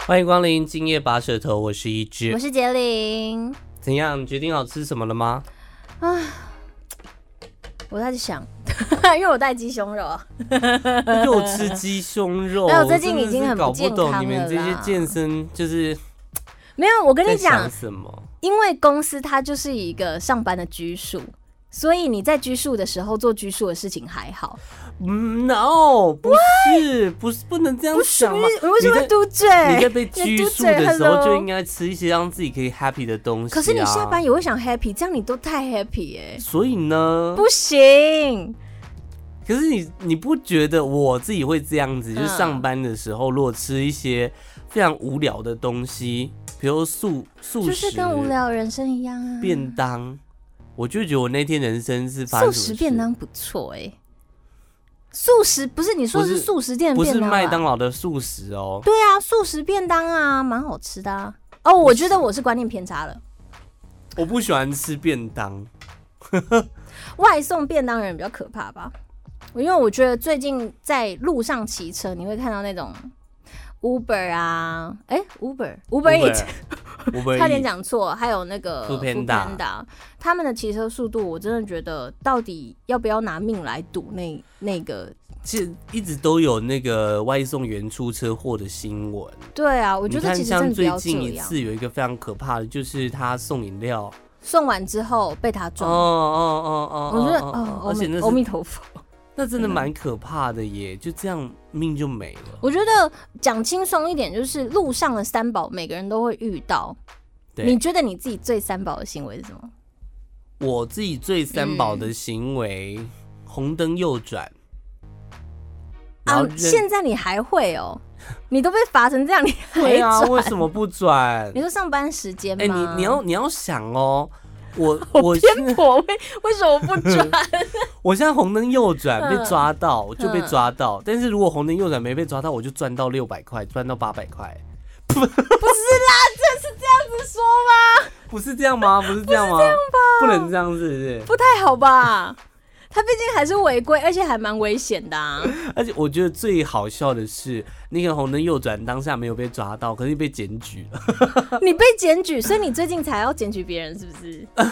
欢迎光临今夜拔舌头，我是一我只。是杰林怎样？决定好吃什么了 吗？啊，我在想， 因为我带鸡胸肉，又吃鸡胸肉。哎我呃最近已真经的是很不搞不健懂康你们了这些啦健身就是没有，我跟在你想讲，什么？因为公司它就是一个上班的拘束，所以你在拘束的时候做拘束的事情还好。嗯，no，不是，不是不能这样不是，想嘛。我为什你么会在嘟嘴？你在被拘束的时候， hello 就应该吃一些让自己可以 happy 的东西、啊。可是你下班，也会想 happy，这样你都太 happy 哎、所以呢？不行，可是你你不觉得我自己会这样嗯子？就是上班的时候，如果吃一些非常无聊的东西，比如素素食，就是跟无聊人生一样啊。便当，我就觉得我那天人生是发生素什么食事便，当不错哎、素食不是你说的不是是素食店的不是便当、啊，麦当劳的素食哦。对啊，素食便当啊，蛮好吃的啊。哦，我觉得我是观念偏差了，我不喜欢吃便当，外送便当人比较可怕吧？因为我觉得最近在路上骑车，你会看到那种 Uber 啊，哎、u b e r Uber Eats， 我不 差点讲错，还有那个 Foodpanda Foodpanda 他们的骑车速度，我真的觉得到底要不要拿命来赌那那个？其实一直都有那个外送员出车祸的新闻。对啊，我你觉看，得其实真像的不最要这近一样。次有一个非常可怕的，就是他送饮料，送完之后被他哦撞，哦哦哦，我觉得哦哦，而阿且那弥是阿弥陀佛。那嗯真的蛮可怕的耶，就这样命就没了。我觉得讲轻松一点，就是路上的三宝，每个人都会遇到。对你觉得你自己最三宝的行为是什么？我自己最三宝嗯的行为，红灯右转，然后啊，认现在你还会哦？ 你都被罚成这样，你还对啊，转？为什么不转 你？说上班时间吗？哎，你你要你要想哦， 我我我现偏颇，为为什么 不转？我现在红灯右转嗯被抓到，我就被嗯抓到。但是如果红灯右转没被抓到，我就赚到六百块，赚到八百块，不是说吧，不是这样吗？不是这样吗？不能这样，是不是？不太好吧？他毕竟还是违规，而且还蛮危险的、 啊。而且我觉得最好笑的是，那个红灯右转当下没有被抓到，可是被检举了。 你被检举，所以你最近才要检举别人，是不是？嗯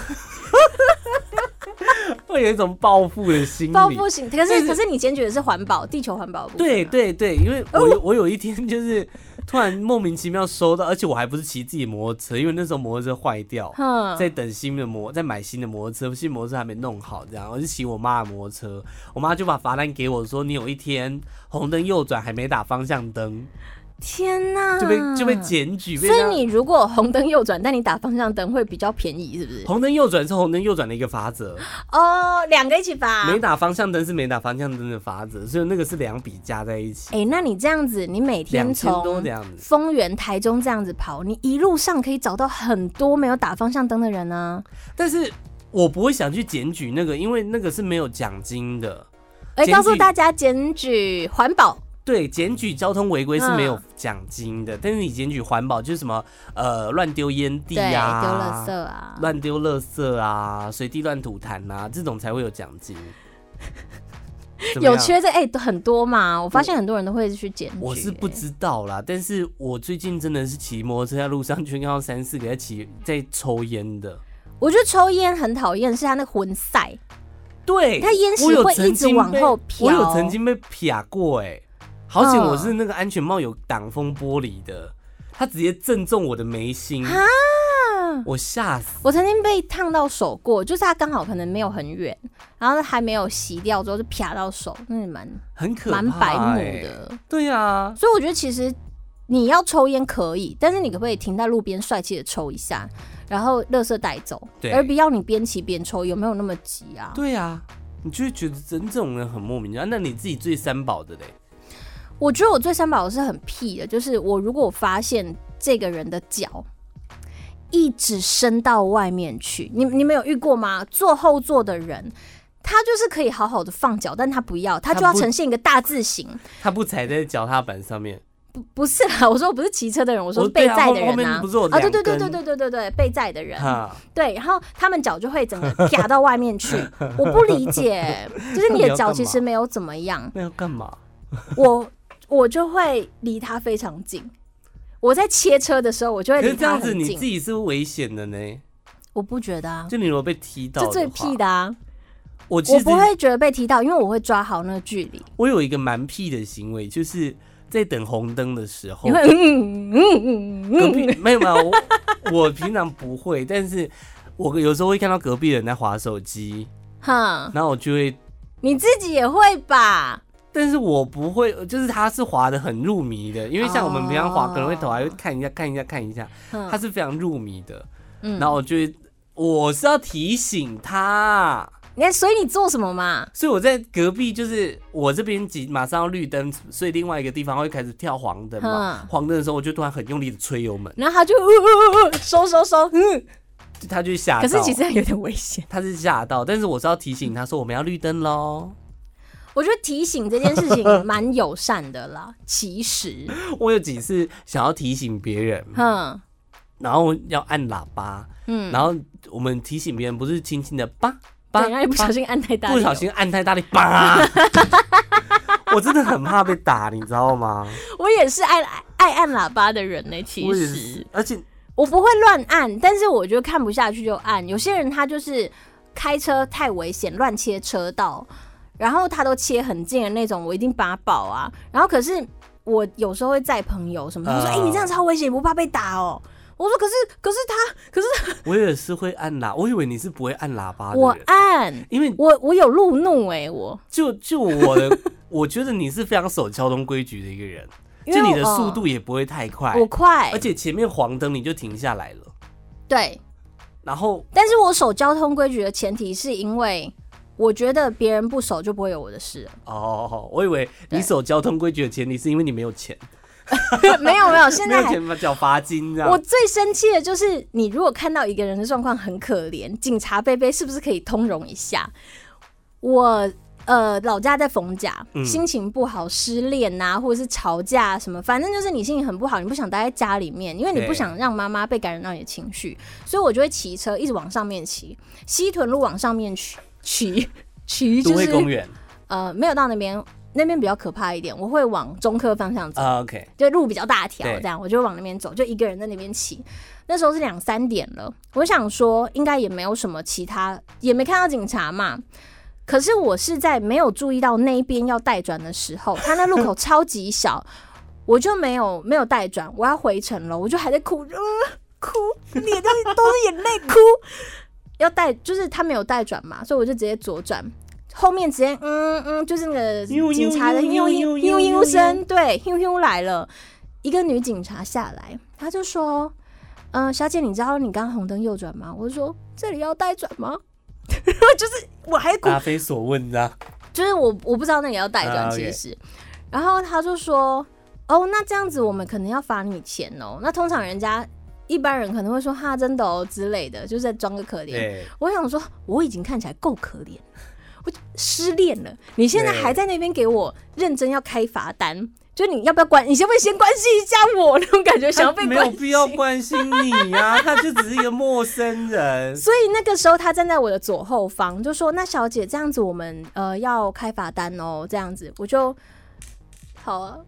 会有一种报复的心理。报复型，可但是是可是你检举的是环保、地球环保的部分啊、对对对，因哎为我有我有一天就是突然莫名其妙收到，而且我还不是骑自己摩托车，因为那时候摩托车坏掉，哼，在等新的摩，在买新的摩托车，新摩托车还没弄好，这样我就骑我妈的摩托车，我妈就把罚单给我说，你有一天红灯右转还没打方向灯，天呐，就被就被检举，被啊所以那你如果红灯右转，但你打方向灯会比较便宜，是不是？红灯右转是红灯右转的一个法则，哦，两个一起罚。没打方向灯是没打方向灯的法则，所以那个是两笔加在一起，哎、那你这样子，你每两天千多从这样子。丰原、台中这样子跑，你一路上可以找到很多没有打方向灯的人呢、但是我不会想去检举那个，因为那个是没有奖金的。哎、检举告诉大家，检举环保对，检举交通违规是没有嗯奖金的，但是你检举环保就是什么呃乱丢烟蒂对，丢呀、垃圾啊，乱丢垃圾啊，随地乱吐痰啊，这种才会有奖 金。怎么有样？缺这哎、都很多嘛，我发现很多人都会去检举、我是不哎知道啦，但是我最近真的是骑摩托车在路上，就看到三四个在骑在抽烟的。我觉得抽烟很讨厌，是他那个魂塞，对，它烟我屎有会曾一直经往被后飘。我有曾经被撇过哎、好险嗯我是那个安全帽有挡风玻璃的，它直接正中我的眉心，啊我吓死。我曾经被烫到手过，就是它刚好可能没有很远，然后还没有洗掉之后就啪到手，那也蛮很可怕、欸蛮白目。的。对啊，所以我觉得其实你要抽烟可以，但是你可不可以停在路边帅气的抽一下，然后垃圾带走对，而不要你边骑边抽，有没有那么急啊？对啊，你就会觉得真这种人很莫名其妙。那你自己最三宝的嘞？我觉得我最三宝是很屁的，就是我如果发现这个人的脚。一直伸到外面去，你你们有遇过吗？坐后座的人，他就是可以好好的放脚，但他不要，他就他要不呈现一个大字形。他不踩在脚踏板上面，不不是啦，我说我不是骑车的人，我说我是被对啊载后的后人面啊。不是有啊，两对对对根对对对对对，被载的人。哈，对，然后他们脚就会整个夹到外 面去。我不理解，就是你的脚其实没有怎么样，那要干嘛？我我就会离他非常近。我在切车的时候，我就会可离是这他样子很你近自。己是危险的呢。我不觉得啊，就你如果被踢到，这最屁的的啊！话。我其我实不会觉得被踢到，因为我会抓好那个距离。我有一个蛮屁的行为，就是在等红灯的时候你，会嗯嗯嗯嗯隔嗯嗯，壁没有没有，我 我平常不会，但是我有时候会看到隔壁人在划手 机，哈，然后我就会，你自己也会吧？但是我不会，就是他是划的很入迷的，因为像我们平常划哦可能会头还会看一下看一下看一下，嗯他是非常入迷的，嗯然后我就会，我是要提醒他。你看，所以你做什么嘛？所以我在隔壁，就是我这边急，马上要绿灯，所以另外一个地方会开始跳黄灯嘛嗯。黄灯的时候，我就突然很用力的吹油门，然后他就、呃呃呃呃收收收，嗯。就他就吓到。可是其实有点危险。他是吓到，但是我是要提醒他说我们要绿灯喽。我觉得提醒这件事情蛮友善的啦，其实，我有几次想要提醒别人，哼，然后要按喇叭，嗯，然后我们提醒别人不是轻轻的叭叭，对，然后你不小心按太大叭力了，不小心按太大力 叭，我真的很怕被打，你知道吗？我也是爱爱按喇叭的人呢、其我也实是，而且我不会乱按，但是我觉得看不下去就按。有些人他就是开车太危险，乱切车道，然后他都切很近的那种，我一定把他保啊。然后可是我有时候会载朋友什么，他说：“啊哎、你这样超危险，你不怕被打哦？”我说：“可是，可是他，可是我也是会按喇，我以为你是不会按喇叭的我人，按，因为我我有路怒哎、我就就我的， 我觉得你是非常守交通规矩的一个人，因为就你的我哦速度也不会太快，我快而，且前面黄灯你就停下来了，对，然后但是我守交通规矩的前提是因为我觉得别人不守就不会有我的事了。”啊哦，我以为对你守交通规矩的前提是因为你没有钱， 没有没有，现没在有还钱缴罚金这我样。最生气的就是，你如果看到一个人的状况很可怜，警察贝贝是不是可以通融一下？我呃，老家在逢甲，嗯心情不好，失恋呐、或者是吵架、什么，反正就是你心情很不好，你不想待在家里面，因为你对不想让妈妈被感染到你的情绪，所以我就会骑车一直往上面骑，西屯路往上面骑 骑骑，都就会是公 园、呃，没有到那边，那边比较可怕一点，我会往中科方向走。啊，OK，就路比较大条，对这样我就往那边走，就一个人在那边骑。那时候是两三点了，我想说应该也没有什么其他，也没看到警察嘛。可是我是在没有注意到那一边要带转的时候，他那路口超级小，我就没有没有带转，我要回程了，我就还在哭，呃、哭，脸都是都是眼泪，哭。 要带就是他没有带转嘛，所以我就直接左转，后面直接嗯嗯，就是那个呦呦警察的呦呦呦呦呦呦呦呦声，对，呦呦来了，一个女警察下来，她就说。嗯、小姐，你知道你刚红灯右转吗？我就说这里要带转吗？ 就是我还哭答非所问啊这样。就是我我不知道那个要带啊转， ，OK 其实。然后他就说：“哦，那这样子我们可能要罚你钱哦。”那通常人家一般人可能会说“哈，真的哦”之类的，就是在装个可怜。对，我想说，我已经看起来够可怜，我失恋了，你现在对还在那边给我认真要开罚单，就你要不要关？你先不先关心一下我？那种感觉想要被哎他没关有心。必要关心你呀、 他就只是一个陌生人。所以那个时候，他站在我的左后方，就说：“那小姐，这样子我们呃要开罚单哦，这样子。”我就好啊，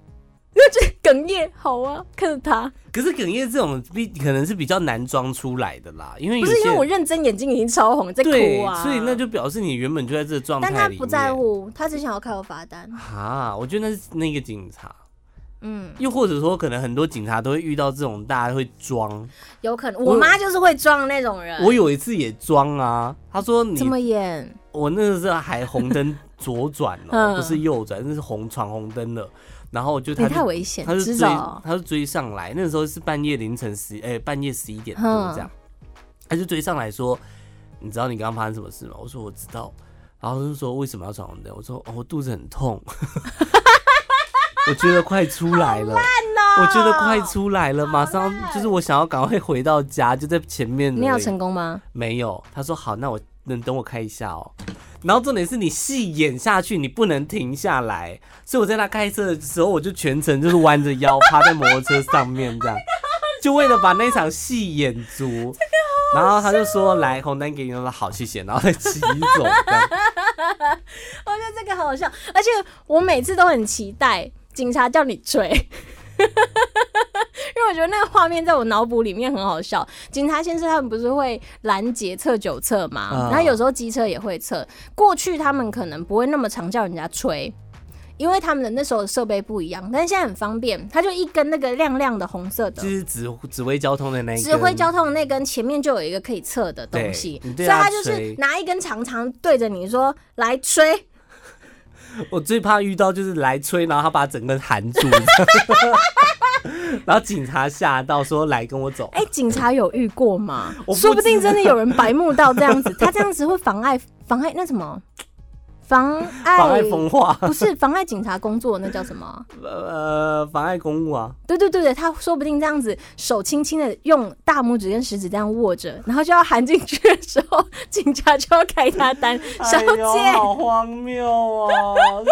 那就哽咽，好啊，看着他，可是哽咽这种比可能是比较难装出来的啦，因为有不些是因为我认真，眼睛已经超红，在哭对，啊。所以那，就表示你原本就在这个状态但里他面。不在乎，他只想要开我罚单。啊，我觉得那是那个警察，嗯，又或者说可能很多警察都会遇到这种，大家会装。有可能，我我妈就是会装的那种人。我有一次也装啊，他说你嗯怎么演？我那个时候还红灯左转哦、 嗯不是右转，那是红闯红灯了。然后就你他太就危险，他就知追道。他就追上来，那时候是半夜凌晨十哎、半夜十一点多这样，他就追上来说，你知道你刚刚发生什么事吗？我说我知道，然后他就说为什么要闯红灯？我说哦我肚子很痛， 我觉得快出来了，哦我觉得快出来了，马上就是我想要赶快回到家，就在前面而已。你有成功吗？没有，他说好，那我能等我开一下哦。然后重点是你戏演下去，你不能停下来。所以我在他开车的时候，我就全程就是弯着腰趴在摩托车上面 这样，就为了把那场戏演足。哦然后他就说：“来，红单给你。”我说：“好，谢谢。”然后再骑走。这样 我觉得这个好笑，而且我每次都很期待警察叫你追，因为我觉得那个画面在我脑补里面很好笑。警察先生他们不是会拦截测酒测嘛，嗯然后有时候机车也会测。过去他们可能不会那么常叫人家吹。因为他们的那时候的设备不一样，但是现在很方便，它就一根那个亮亮的红色的就，是指指挥交通的那一指挥根交通的那根前面就有一个可以测的东西，对你所对以它他就是吹拿一根长长对着你说来吹，我最怕遇到就是来吹，然后他把整个含住，这样 然后警察吓到说来跟我走。哎、警察有遇过吗 ？我不知道说不定真的有人白目到这样子， 他这样子会妨碍妨碍那什么，妨碍妨碍风化，不是 妨碍警察工作，那叫什么？呃，妨碍公务啊，对对对对，他说不定这样子手轻轻的用大拇指跟食指这样握着，然后就要含进去的时候， 警察就要开他单，小哎呦姐。好荒谬哦，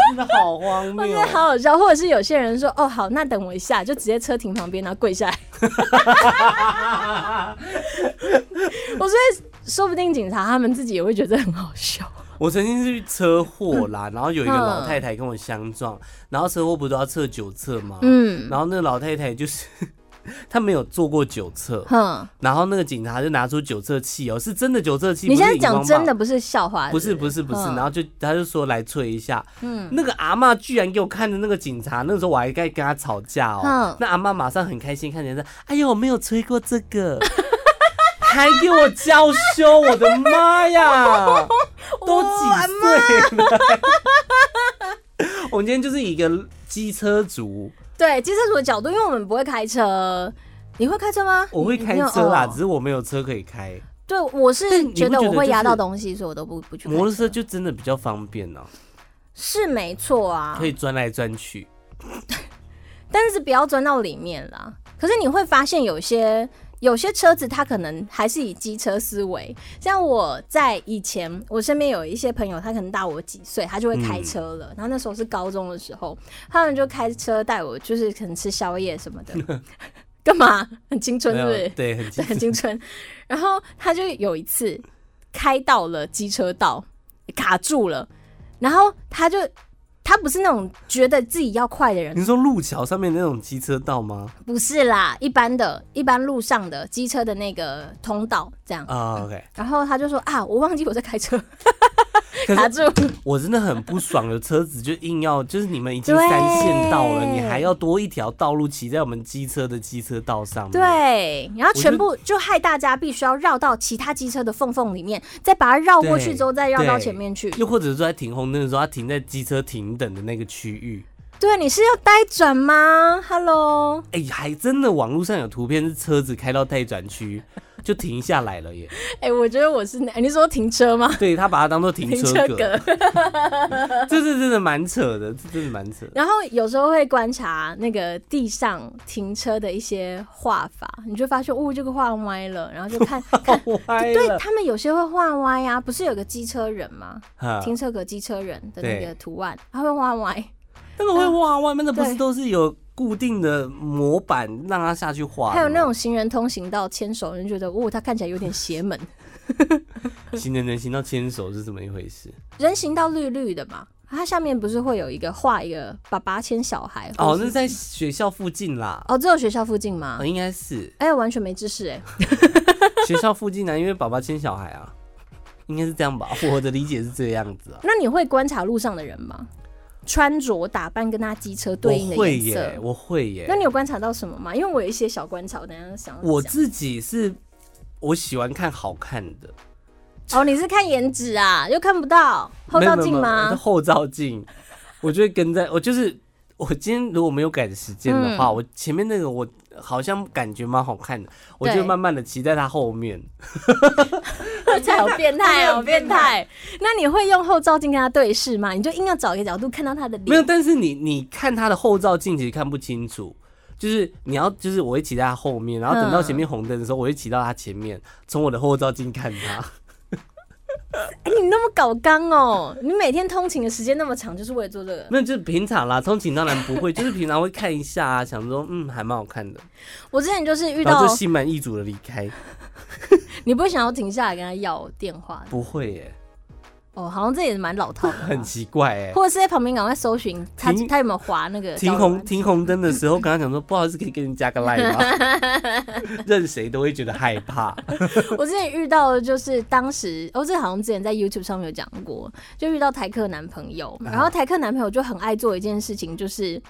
真的好荒我觉谬得。哦好好笑，或者是有些人说哦好，那等我一下，就直接车停旁边，然后跪下 来。我所以说不定警察他们自己也会觉得很好笑。我曾经是车祸嗯啦，然后有一个老太太跟我相撞，然后车祸不都要测酒测吗？嗯，然后那个老太太就是 她没有做过酒测，哼，然后那个警察就拿出酒测器哦，是真的酒测器，你不是现在荧光讲棒真的不是笑话，啊不是不是不是，嗯然后就他就说来吹一下，嗯那个阿嬷居然给我看着那个警察，那时候我还在跟他吵架哦，嗯那阿嬷马上很开心，看起来说，哎呦我没有吹过这个， 还给我叫嚣，我的妈 呀，都几岁了， 我们今天就是一个机车族，对，其实我的角度，因为我们不会开车，你会开车吗？我会你开你有车啦，哦只是我没有嗯车可以开，对，我但是你觉不得觉我得会就压是到东西，所以我都不不去开摩托车就真的比较方便呢、是没错啊可，以钻来钻去，但是不要钻到里面啦。可是你会发现有些有些车子，它可能还是以机车思维。像我在以前，我身边有一些朋友，他可能大我几岁，他就会嗯开车了。然后那时候是高中的时候，他们就开车带我，就是可能吃宵夜什么 的。干嘛？很青春没是有不是？对，很对，很青春。然后他就有一次开到了机车道，卡住了，然后他就他不是那种觉得自己要快的人，你说路桥上面那种机车道吗？不是啦，一般的，一般路上的机车的那个通道这样。啊、o k 然后他就说啊，我忘记我在开车，可卡是嗯住。我真的很不爽，有车子就硬要，就是你们已经对三线道了，你还要多一条道路骑在我们机车的机车道上面。，对，然后就全部就害大家必须要绕到其他机车的缝缝里面，再把它绕过去对之后，再绕到对前面去。又或者说在停红灯的时候，它停在机车停等的那个区域。对，你是要待转吗？Hello，哎、还真的网络上有图片是车子开到待转区就停下来了耶。哎、我觉得我是那，你说停车吗？对他把它当做停停车格，车格。 这是真的蛮扯的，这真的蛮 扯的。然后有时候会观察那个地上停车的一些画法，你就发现，哦，这个画歪了，然后就 看，好歪对了，他们有些会画歪呀、不是有个机车人吗？哈停车格机车人的那对个图案，他会画歪。那个会画外面的不对是都是有固定的模板让它下去画的吗，还有那种行人通行到牵手，你就觉得，哦，他看起来有点 邪门。行人能行到牵手是怎么一回事？人行道绿绿的嘛，它下面不是会有一个画一个爸爸牵小孩？或哦，那者是在学校附近啦，哦，只有学校附近吗哦，？应该是哎、完全没知识哎、学校附近啊，因为爸爸牵小孩啊，应该是这样吧？ 我的理解是这样子啊。那你会观察路上的人吗？穿着打扮跟他机车对应我的会颜耶，色？我会那耶，你有观察到什么吗？因为我有一些小观察，我等一下想我讲自己是我喜欢看好看的，哦，你是看颜值啊，又看不到后照镜没有没有没有吗？后照镜，我就会跟在，我就是我今天如果没有赶时间的话，我前面那个我好像感觉蛮好看的，我就嗯对慢慢的骑在他后面。 这好变态哦，我好没有变态！那你会用后照镜跟他对视吗？你就硬要找一个角度看到他的没有，脸，但是你你看他的后照镜其实看不清楚，就是你要就是我会骑在他后面，然后等到前面红灯的时候，我会骑到他前面，从我的后照镜看 他。哎、你那么搞刚哦！你每天通勤的时间那么长，就是为了做这个。没有，就是平常啦，通勤当然不会，就是平常会看一下啊，想说嗯还蛮好看的，我之前就是遇然后到就，心满意足的离开。你不会想要停下来跟他要电话的不会耶，哦，好像这也蛮老套的很吧，奇怪哎、或者是在旁边赶快搜寻他停他有没有划那个停交友红软体停红灯的时候，跟他讲 说，不好意思，可以给你加个 line 吗？任谁都会觉得害怕。 我之前遇到的就是当时，哦，这好像之前在 YouTube 上面有讲过，就遇到台客男朋友，嗯然后台客男朋友就很爱做一件事情，就是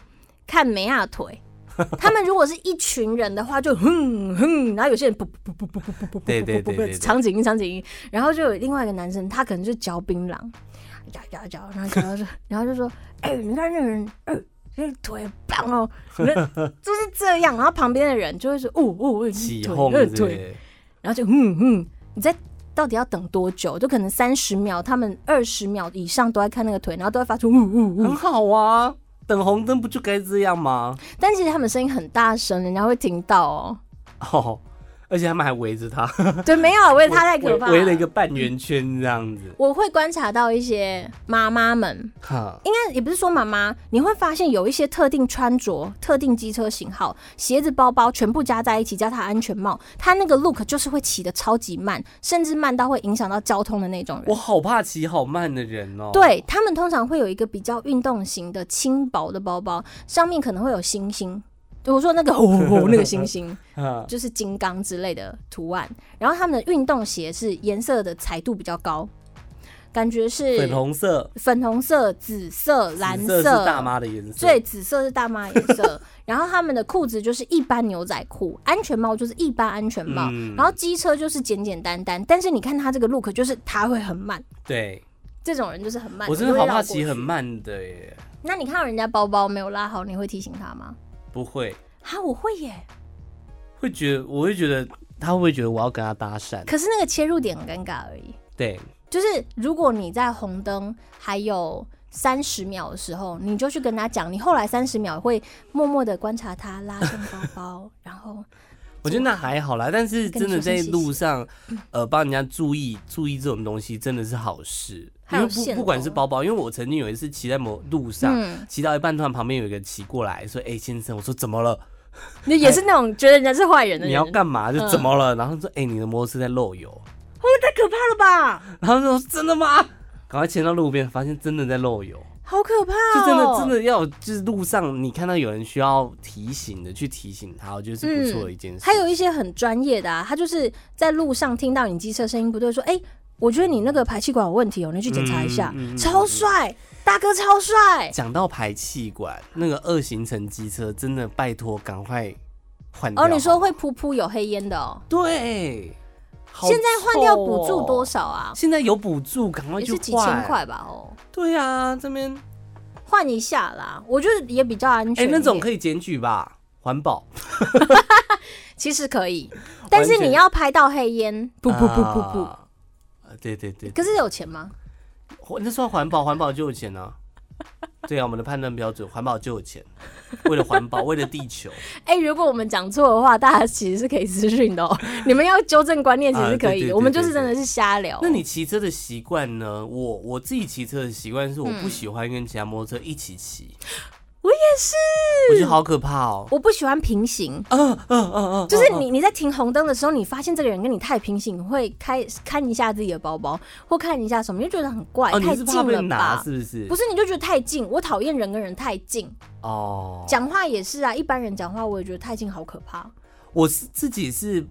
看梅亚腿。他们如果是一群人的话，就哼哼，然后有些人不不不不不不不对对对对对场景音场景音，然后就有另外一个男生，他可能就嚼槟榔，嚼嚼嚼，然后嚼到就，然后就说，哎、你看那个人，哎、那个腿棒哦，那就是这样，然后旁边的人就会说，哦哦，起腿哄那是个不腿是？然后就嗯嗯，你在到底要等多久？就可能三十秒，他们二十秒以上都在看那个腿，然后都在发出呜呜呜很。好啊，等红灯不就该这样吗？ 但其实他们声音很大声，人家会听到哦。哦，而且他们还围着他，对，没有啊，为了他太可围怕围了一个。半圆圈这样子。我会观察到一些妈妈们，哈，应该也不是说妈妈，你会发现有一些特定穿着、特定机车型号、鞋子、包包全部加在一起，加他安全帽，他那个 look 就是会骑的超级慢，甚至慢到会影响到交通的那种人。我好怕骑好慢的人哦。，对他们通常会有一个比较运动型的轻薄的包包，上面可能会有星星。对我说那个哦哦那个星 星哈，就是金刚之类的图案，然后他们的运动鞋是颜色的彩度比较高，感觉是粉红色、粉红色、紫色、蓝紫色是大妈的颜色。对，，紫色是大妈颜色。 然后他们的裤子就是一般牛仔裤，安全帽就是一般安全帽，嗯然后机车就是简简单单。但是你看他这个 look，就是他会很慢，对这种人就是很慢。我真你的就好会怕绕过骑很去慢的耶，那你看到人家包包没有拉好，你会提醒他吗？不会，啊，我会耶。会觉得我会觉得他会不会觉得我要跟他搭讪？可是那个切入点很尴尬而已。对，就是如果你在红灯还有三十秒的时候，你就去跟他讲，你后来三十秒会默默的观察他拉上包包，然 后我觉得那还好啦，但是真的在路上，嗯呃，帮人家注意注意这种东西真的是好事，还因有为不线头哦不管是包包，因为我曾经有一次骑在某路上，嗯，骑到一半突然旁边有一个骑过来说：“哎、先生，我说怎么了？你也是那种觉得人家是坏人的你人，嗯要干嘛？就怎么了？”然后说：“哎、你的摩托车在漏油。太可怕了吧？”然后就说：“真的吗？”赶快牵到路边，发现真的在漏油，好可怕、哦！就真的真的要就是路上你看到有人需要提醒的，去提醒他，我觉得是不错的一件事。嗯还有一些很专业的啊，他就是在路上听到你机车声音不对，说：“哎、我觉得你那个排气管有问题哦，你去检查一下。嗯嗯嗯超帅，大哥超帅，讲到排气管，那个二行程机车真的拜托赶快换掉哦，你说好吗会噗噗有黑烟的哦。对，好现在换掉臭哦补助多？少啊？现在有补助，赶快也去是换。几千。块吧？哦，对啊，这边换一下啦，我觉得也比较安哎、全一点。那种可以检举吧？环保。其实可以，但是完全你要拍到黑烟，不不不不不。啊呃对对对，可是有钱吗？环那算环保，环保就有钱啊。对啊，我们的判断标准，环保就有钱。为了环保，为了地球，哎、如果我们讲错的话，大家其实是可以私讯的哦。你们要纠正观念，其实是可啊对对以的。对我们就是真的是瞎聊。那你骑车的习惯呢？我我自己骑车的习惯是，我不喜欢跟其他摩托车一起骑。嗯我也是，我觉得好可怕哦。我不喜欢平行，嗯嗯嗯嗯，就是你你在停红灯的时候，你发现这个人跟你太平行，你会开看一下自己的包包，或看一下什么，就觉得很怪，哦，太你是怕近被了拿吧？是不是？不是，你就觉得太近，我讨厌人跟人太近，哦，讲话也是啊，一般人讲话我也觉得太近好可怕，我是自己是。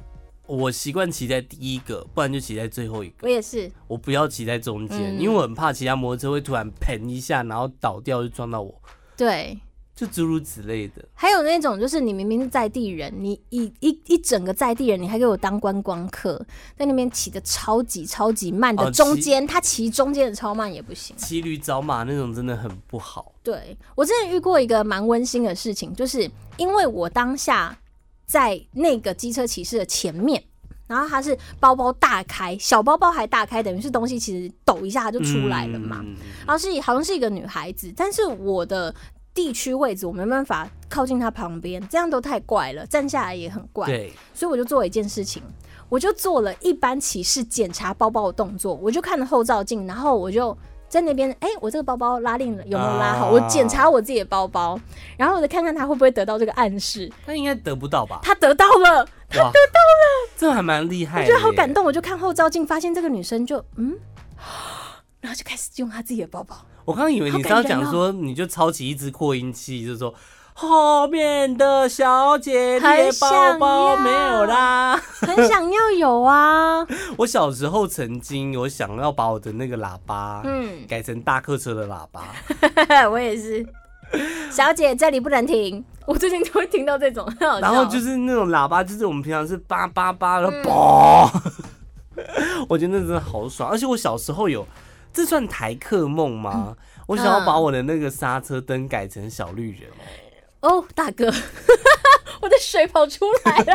我习惯骑在第一个，不然就骑在最后一个。我也是。我不要骑在中间，嗯因为我很怕骑他摩托车会突然喷一下，然后倒掉就撞到我，对，就诸如此类的。还有那种就是你明明是在地人，你一一一整个在地人，你还给我当观光客，在那边骑的超级超级慢的哦中骑间，他骑中间的超慢也不行。骑驴找马那种真的很不好。对我之前遇过一个蛮温馨的事情，就是因为我当下在那个机车骑士的前面，然后他是包包大开，小包包还大开，等于是东西其实抖一下就出来了嘛。嗯嗯嗯然后是好像是一个女孩子，但是我的地区位置我没办法靠近她旁边，这样都太怪了，站下来也很怪，对，所以我就做了一件事情，我就做了一般骑士检查包包的动作，我就看了后照镜，然后我就。在那边，哎、我这个包包拉链有没有拉好？啊我检查我自己的包包，然后我再看看他会不会得到这个暗示。那应该得不到吧？他得到了，哇，得到了，这还蛮厉害我的觉耶，得好感动。我就看后照镜，发现这个女生就嗯，然后就开始用他自己的包包。我刚刚以为你是哦要讲说，你就抄起一支扩音器，就说后面的小姐，你很的包想包要没有啦。很想要有啊，我小时候曾经有想要把我的那个喇叭，嗯，改成大客车的喇叭， 我也是。小姐，这里不能停。我最近就会听到这种，很好然后笑就是那种喇叭，就是我们平常是叭叭叭，然后嗯嘣， 我觉得那真的好爽。而且我小时候有，这算台客梦嗯吗？我想要把我的那个刹车灯改成小绿人，哦，大哥， 我的水跑出来了。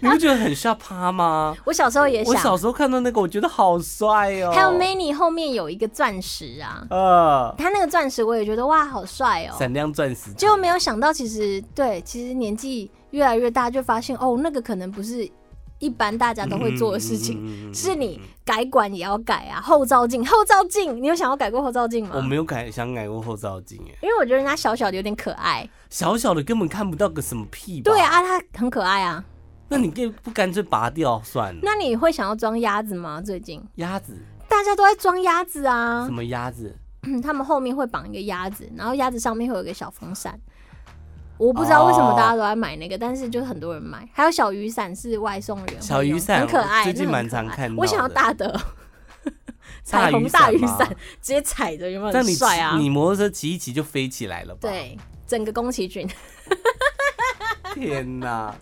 你不觉得很像趴吗？ 我小时候也我小想，时候看到那个，我觉得好帅哦。还有 Many 后面有一个钻石啊，呃，他那个钻石我也觉得哇，好帅哦。闪亮钻石，就没有想到，其实对，其实年纪越来越大，就发现哦，那个可能不是一般大家都会做的事情，情是你改管也要改啊。后照镜，后照镜，你有想要改过后照镜我吗？没有改想改过后照镜，哎，因为我觉得人家小小的有点可爱，小小的根本看不到个什么屁吧？对，啊，他很可爱啊。那你干不干脆拔掉算了？那你会想要装鸭子吗？最近鸭子大家都在装鸭子啊什，么鸭子？他们后面会绑一个鸭子，然后鸭子上面会有一个小风扇。我不知道为什哦么大家都在买那个，但是就是很多人买。还有小雨伞是外送人会用，小雨伞很可爱，我最近那很可爱蛮常看到的我想要大的 大彩虹雨大伞雨吗伞，直接踩着有没有但很你骑帅啊？你摩托车骑一骑就飞起来了吧？，对，整个宫崎骏，天哪，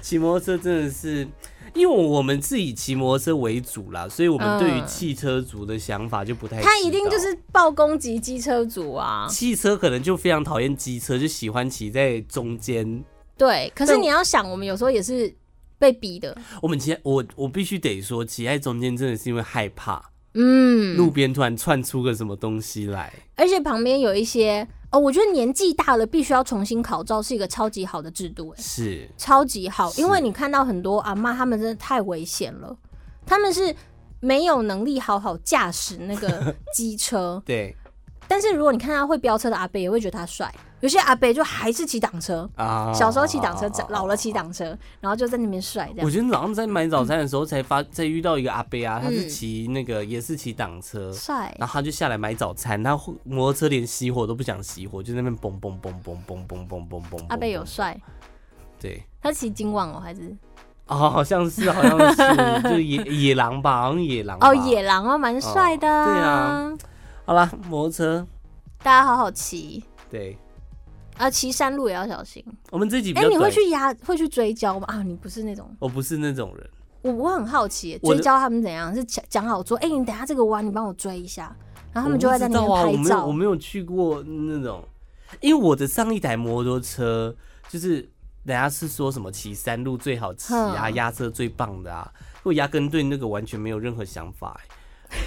骑摩托车真的是，因为我们自己骑摩托车为主啦，所以我们对于嗯汽车族的想法就不太。他一定就是。暴攻击机车族啊。汽车可能就非常讨厌机车，就喜欢骑在中间。对，可是但你要想，我们有时候也是被逼的，我们骑，我我必须得说，骑在中间真的是因为害怕嗯，路边突然窜出个什么东西来。而且旁边有一些哦，我觉得年纪大了必须要重新考照是一个超级好的制度、欸，是，超级好，是因为你看到很多阿妈他们真的太危险了，他们是没有能力好好驾驶那 个机车，对但是如果你看到会飙车的阿伯，也会觉得他帅。有些阿伯就还是骑挡车，啊。 小时候骑挡车，长老了骑挡车，然后就在那边帅这我样。今天早上在买早餐的时候，才发才遇到一个阿伯啊，他是嗯骑那个也是骑挡车，帅，然后他就下来买早餐，他摩托车连熄火都不想熄火，就在那边嘣嘣嘣嘣嘣嘣嘣嘣嘣。阿伯有帅，对他骑金旺哦，还是哦，好像是好像是 就野野狼吧，好像野狼吧哦野狼哦，蛮帅的、哦对啊，好啦，摩托车大家好好骑。对。啊，骑山路也要小心。我们这集比哎、较你会短，去压，会去追焦吗？啊，你不是那种，我不是那种人，我我很好奇耶，我追的焦他们怎样？是讲讲好说，哎、你等下这个弯，你帮我追一下，然后他们就会在那我不边知拍道啊，我没有照我。没有去过那种，因为我的上一台摩托车就是人家是说什么骑山路最好骑啊，哼压车最棒的啊，我压根对那个完全没有任何想法、欸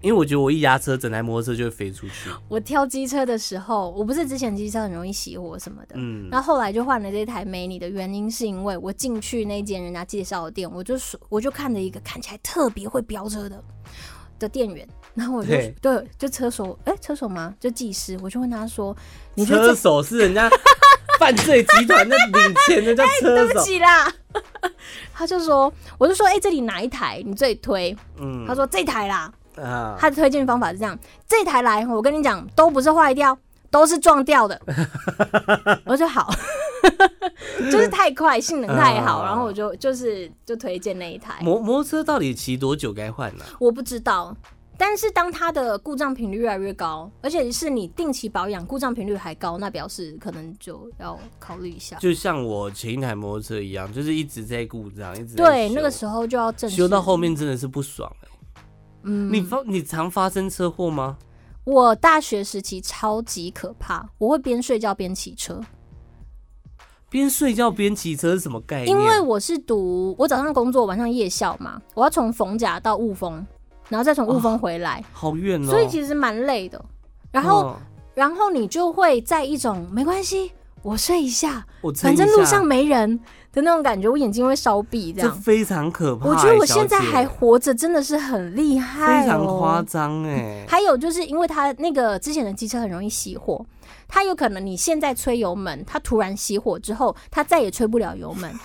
因为我觉得我一压车，整台摩托车就会飞出去。我挑机车的时候，我不是之前机车很容易熄火什么的，嗯，然后后来就换了这台美女的原因是因为我进去那间人家介绍的店，我就说我就看着一个看起来特别会飙车的的店员，然后我就对对就车手，哎、车手吗？就技师，我就问他说，你觉得这车手是人家 犯罪集团在领钱的 叫车哎对不手。起啦。 他就说，我就说，哎、这里哪一台你最推？嗯他说这台啦。啊，他的推荐方法是这样：这台来，我跟你讲，都不是坏掉，都是撞 掉的。我说好， 就是太快，性能太好，啊然后我就就是就推荐那一台。摩摩托车到底骑多久该换啊呢？我不知道，但是当它的故障频率越来越高，而且是你定期保养，故障频率还高，那表示可能就要考虑一下。就像我前一台摩托车一样，就是一直在故障，一直在对，修那个时候就要正视修到后面真的是不爽、欸。嗯你发你常发生车祸吗？我大学时期超级可怕，我会边睡觉边骑车，边睡觉边骑车是什么概念？因为我是读我早上工作，晚上夜校嘛，我要从逢甲到雾峰，然后再从雾峰回来，好远哦、所以其实蛮累的。然后，哦然后你就会在一种没关系，我睡一下，我撑反一正路下上没人的那种感觉，我眼睛会烧闭这这样。非常可怕欸、我觉得我小现在姐还活着，真的是很厉害、哦，非常夸张哎，还有就是因为它那个之前的机车很容易熄火，它有可能你现在吹油门，它突然熄火之后，它再也吹不了油门。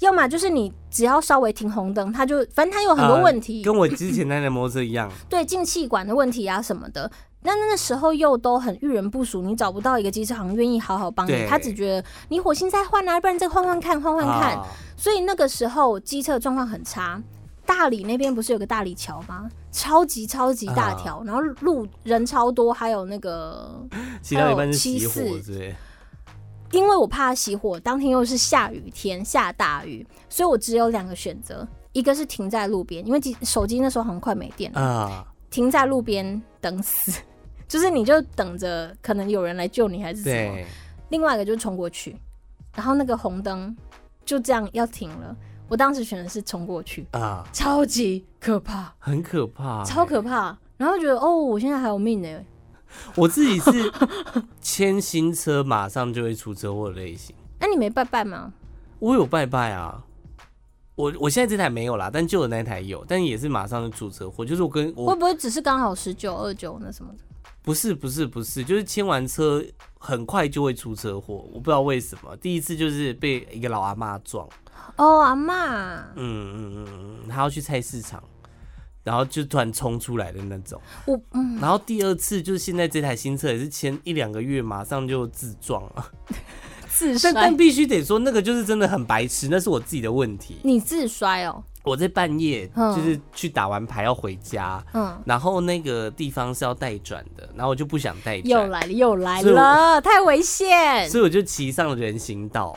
要么就是你只要稍微停红灯，他就反正他有很多问题，跟我之前那台摩托车一 样，对进气管的问题啊什么的。那那时候又都很遇人不淑，你找不到一个机车行愿意好好帮你对，他只觉得你火星再换啊，不然再换换看，换换看。啊所以那个时候机车状况很差。大理那边不是有个大理桥吗？超级超级大啊条，然后路人超多，还有那个，骑到一半就还有熄火74之类，因为我怕熄火，当天又是下雨天，下大雨，所以我只有两个选择，一个是停在路边，因为机手机那时候好像快没电了，啊，停在路边等死，就是你就等着可能有人来救你还是什么，对，另外一个就是冲过去，然后那个红灯就这样要停了，我当时选的是冲过去，啊，超级可怕，很可怕、欸超可怕。然后觉得哦，我现在还有命呢、我自己是牵新车马上就会出车祸的类型，那、你没拜拜吗？我有拜拜啊。我我现在这台没有啦，但旧的那台有，但也是马上就出车祸。就是我跟我会不会只是刚好十九、二九那什么的？不是不是不是，就是牵完车很快就会出车祸，我不知道为什么。第一次就是被一个老阿妈撞，哦，阿妈，嗯嗯嗯嗯，她要去菜市场，然后就突然冲出来的那种。我嗯，然后第二次就是现在这台新车也是牵一两个月，马上就自撞了。自但 摔但，必须得说，那个就是真的很白痴，那是我自己的问题。你自摔哦，我在半夜嗯就是去打完牌要回家，嗯，然后那个地方是要带转的，然后我就不想带又转，来了，又来所以了，太危险，所以我就骑上了人行道。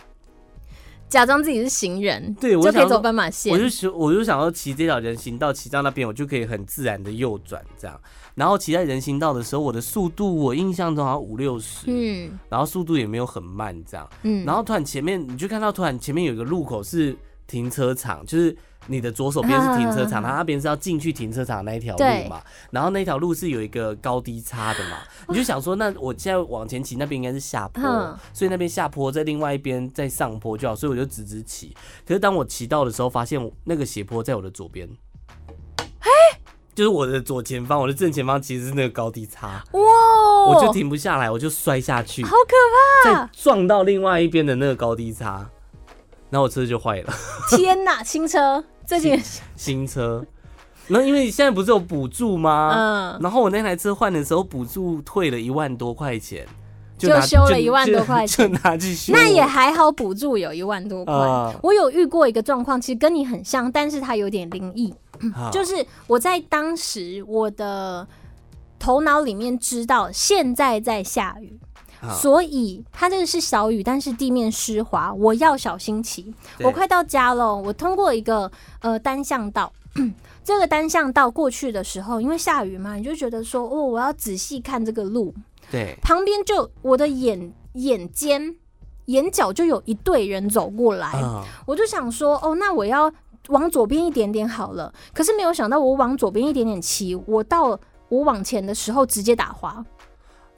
假装自己是行人，对我就可想以走说斑马我线就，想，我就想要骑这条人行道，骑到那边我就可以很自然的右转这样。然后骑在人行道的时候，我的速度我印象中好像五六十，嗯然后速度也没有很慢这样。嗯，然后突然前面你就看到，突然前面有一个路口是停车场，就是你的左手边是停车场，它那边是要进去停车场那一条啊对路嘛。然后那条路是有一个高低差的嘛，你就想说，那我现在往前骑，那边应该是下坡嗯，所以那边下坡，在另外一边再上坡就好，所以我就直直骑。可是当我骑到的时候，发现那个斜坡在我的左边，就是我的左前方，我的正前方其实是那个高低差，哇，哦我就停不下来，我就摔下去。好可再撞到另外一边的那个高低差，然后我车就坏了， 怕！ 天哪，新车最近，新车。然后因为现在不是有补助吗？ 嗯，然后我那台车换的时候补助退了一万多块钱，就拿修了1万多块就，就 拿去修。那也还好，补助有一万多块。啊我有遇过一个状况，其实跟你很像，但是它有点灵异。好就是我在当时我的头脑里面知道现在在下雨，好所以它这个是小雨，但是地面湿滑，我要小心骑。对我快到家了，我通过一个呃单向道。 这个单向道过去的时候，因为下雨嘛，你就觉得说，哦，我要仔细看这个路。对旁边就我的眼眼尖眼角就有一队人走过来，啊我就想说，哦，那我要往左边一点点好了。可是没有想到，我往左边一点点骑，我到我往前的时候直接打滑，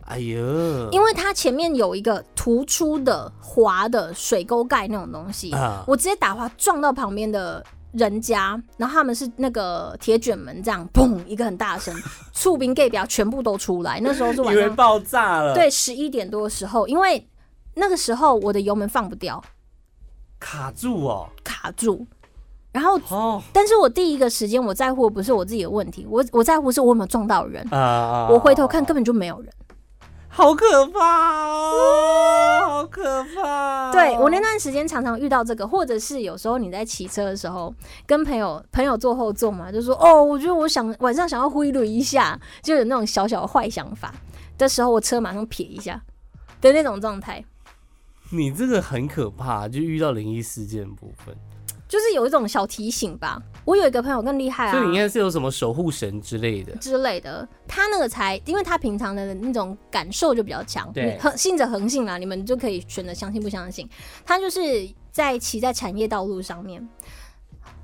哎呦，因为它前面有一个突出的滑的水沟盖那种东西，啊我直接打滑撞到旁边的。人家，然后他们是那个铁卷门这样，砰，一个很 大声，醋冰 gay 表全部都出来。那时候是晚以为上爆炸了，，对，十一点多的时候，因为那个时候我的油门放不掉，卡住哦，卡住。然后，哦但是我第一个时间我在乎的不是我自己的问题，我我在乎是我有没有撞到人。啊我回头看，根本就没有人。好可怕哦，好可怕哦，对我那段时间常常遇到这个，或者是有时候你在骑车的时候跟朋友朋友坐后座嘛，就说哦，我觉得我想晚上想要挥抡一下，就有那种小小的坏想法的时候，我车马上撇一下的那种状态，你这个很可怕，就遇到灵异事件的部分。就是有一种小提醒吧。我有一个朋友更厉害啊，所以你应该是有什么守护神之类的。之类的，他那个才，因为他平常的那种感受就比较强，对你恒信者恒信啦，你们就可以选择相信不相信。他就是在骑在产业道路上面，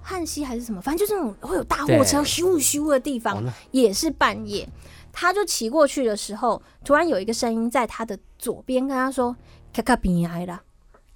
汉西还是什么，反正就是那种会有大货车对咻咻的地方哦，那也是半夜，他就骑过去的时候，突然有一个声音在他的左边跟他说：“卡卡比埃啦。”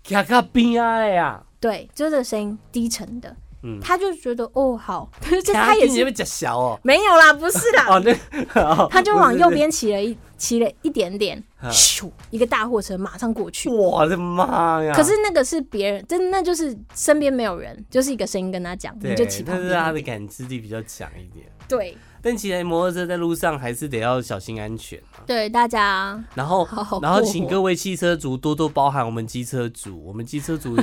卡卡边啊呀，对，就是这个声音低沉的，嗯他就觉觉得哦好， 但是卡他也你 是啊会讲小哦。没有啦，不是啦，哦，那他就往右边骑了一骑了一点点，嗯咻，一个大货车马上过去。我的妈呀！可是那个是别人，真那就是身边没有人，就是一个声音跟他讲，对，你就骑旁但是啊他边的一点。感知力比较强一点。对但骑台摩托车在路上还是得要小心安全啊。对，大家然后好哦好，然后过请活各位汽车族多多包涵我们机车族，我们机车族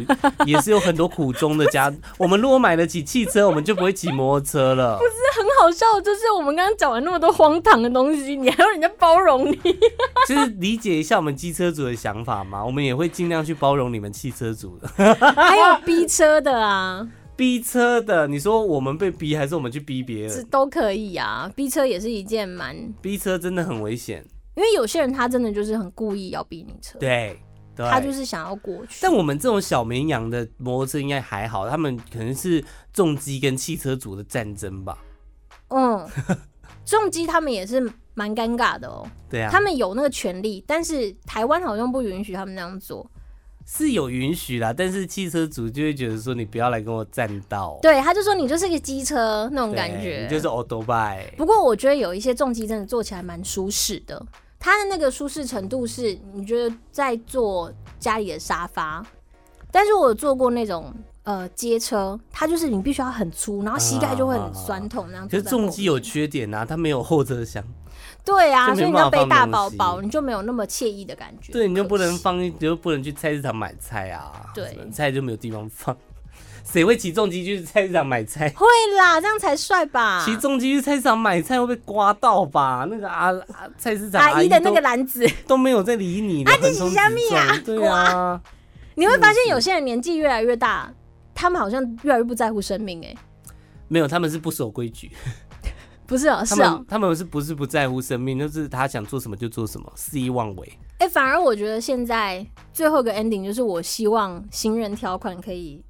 也是有很多苦衷的家。 我们如果买得起汽车，我们就不会骑摩托车了。很好笑，就是我们刚刚讲完那么多荒唐的东西，你还要人家包容你， 就是理解一下我们机车族的想法嘛，我们也会尽量去包容你们汽车族的。 啊还有逼车的啊，逼车的，你说我们被逼，还是我们去逼别这人？都可以啊。逼车也是一件蛮，因逼车真的很危险。为有些人他真的就是很故意要逼你车，对，对，他就是想要过去。但我们这种小绵羊的摩托车应该还好，他们可能是重机跟汽车组的战争吧？嗯， 重机他们也是蛮尴尬的哦、对啊，他们有那个权利，但是台湾好像不允许他们那样做。哦是有允许啦，但是汽车组就会觉得说你不要来跟我占道，对，他就说你就是个机车那种对感觉，你就是 o t o b i 不过我觉得有一些重机真的坐起来蛮舒适的，它的那个舒适程度是你觉得在坐家里的沙发，但是我有坐过那种呃街车，它就是你必须要很粗，然后膝盖就会很酸痛那样啊可子。是重机有缺点啊，它没有后车厢，对啊，就所以没你办要法背大放包东西包，你就没有那么惬意的感觉。对，你就不能可惜。放，你就不能去菜市场买菜啊，对什么菜就没有地方放，谁会骑重机去菜市场买菜？会啦，这样才帅吧？骑重机去菜市场买菜会被刮到吧？那个阿、啊、菜市场阿阿姨姨的都那个篮子，都没有在理你的，啊这横是冲直虾米啊撞对啊，你会发现嗯有些人年纪越来越大，他们好像越来越不在乎生命、欸。哎，没有，他们是不守规矩，不是哦、他啊是们、哦、他们是不是不在乎生命，就是他想做什么就做什么，肆意妄为。哎、反而我觉得现在最后一个 ending 就是，我希望行人条款可以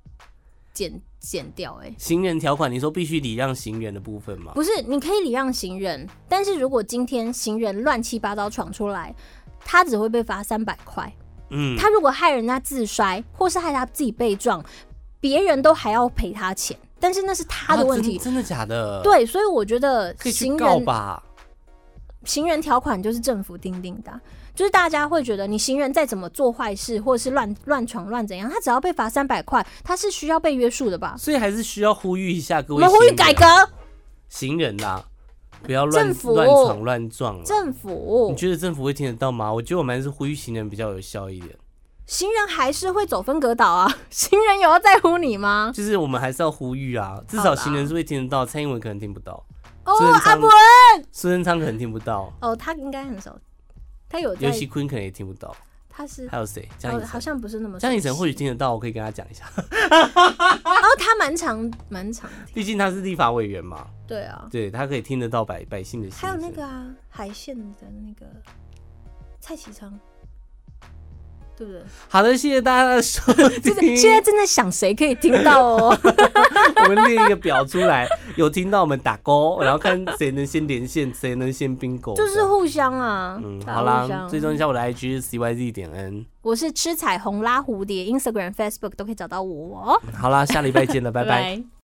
减减掉、欸。哎，行人条款，你说必须礼让行人的部分吗？不是，你可以礼让行人，但是如果今天行人乱七八糟闯出来，他只会被罚三百块。嗯，他如果害人家自摔，或是害他自己被撞，别人都还要赔他钱，但是那是他的啊问真题。真的假的？，对，所以我觉得可以去行告人吧。行人条款就是政府定定的啊、就是大家会觉得你行人再怎么做坏事，或者是乱乱闯乱怎样，他只要被罚三百块，他是需要被约束的吧？所以还是需要呼吁一下各我位们呼吁改革，行人啦、不要乱政府乱闯乱撞了。政你府觉得政府会听得到吗？我觉得我们还是呼吁行人比较有效一点，行人还是会走分隔岛啊，行人有要在乎你吗？就是我们还是要呼吁啊，至好少啦行人是会听得到，蔡英文可能听不到，哦孙文，阿昌伯，苏贞昌可能听不到，哦，他应该很熟，他有在尤，其坤可能也听不到，他是还有谁？江哦以，好晨，像不是那么熟悉江以晨或许听得到，我可以跟他讲一下， 哦，他蛮长蛮长，毕竟他是立法委员嘛，对啊，对他可以听得到百百姓的心还声。有那个啊，海线的那个蔡启昌，对不对？好的，谢谢大家的收真的， 听。现在正在想谁可以听到 哦。我们列一个表出来，有听到我们打勾，然后看谁能先连线，谁能先 bingo 这就样。是互相啊，嗯，大家好互啦，相追踪一下我的 IG 是 cyz 点 n。我是吃彩虹拉蝴蝶，Instagram、Facebook 都可以找到我哦。好啦，下礼拜见了，拜拜。